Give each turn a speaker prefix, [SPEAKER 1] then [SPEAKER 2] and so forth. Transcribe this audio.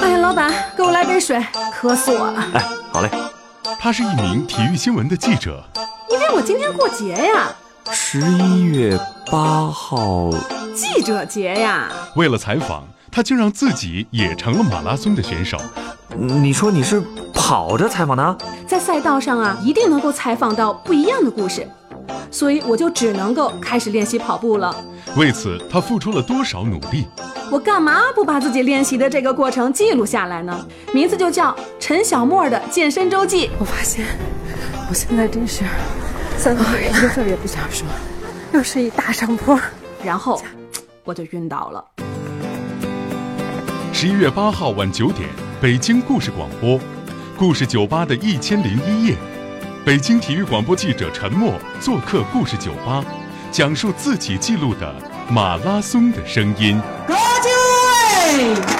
[SPEAKER 1] 哎呀，老板，给我来杯水，渴死我了。
[SPEAKER 2] 哎，好嘞。
[SPEAKER 3] 他是一名体育新闻的记者，
[SPEAKER 1] 因为我今天过节呀，
[SPEAKER 2] 十一月八号，
[SPEAKER 1] 记者节呀。
[SPEAKER 3] 为了采访，他竟让自己也成了马拉松的选手。
[SPEAKER 2] 你说你是跑着采访啊他？
[SPEAKER 1] 在赛道上啊，一定能够采访到不一样的故事，所以我就只能够开始练习跑步了。
[SPEAKER 3] 为此，他付出了多少努力？
[SPEAKER 1] 我干嘛不把自己练习的这个过程记录下来呢？名字就叫陈小莫的健身周记。
[SPEAKER 4] 我发现，我现在真是三个月一个字儿也不想说，又是一大上坡。
[SPEAKER 1] 然后我就晕倒了。
[SPEAKER 3] 十一月八号晚九点，北京故事广播，故事酒吧的一千零一夜，北京体育广播记者陈默做客故事酒吧，讲述自己记录的马拉松的声音。
[SPEAKER 5] 高进伟。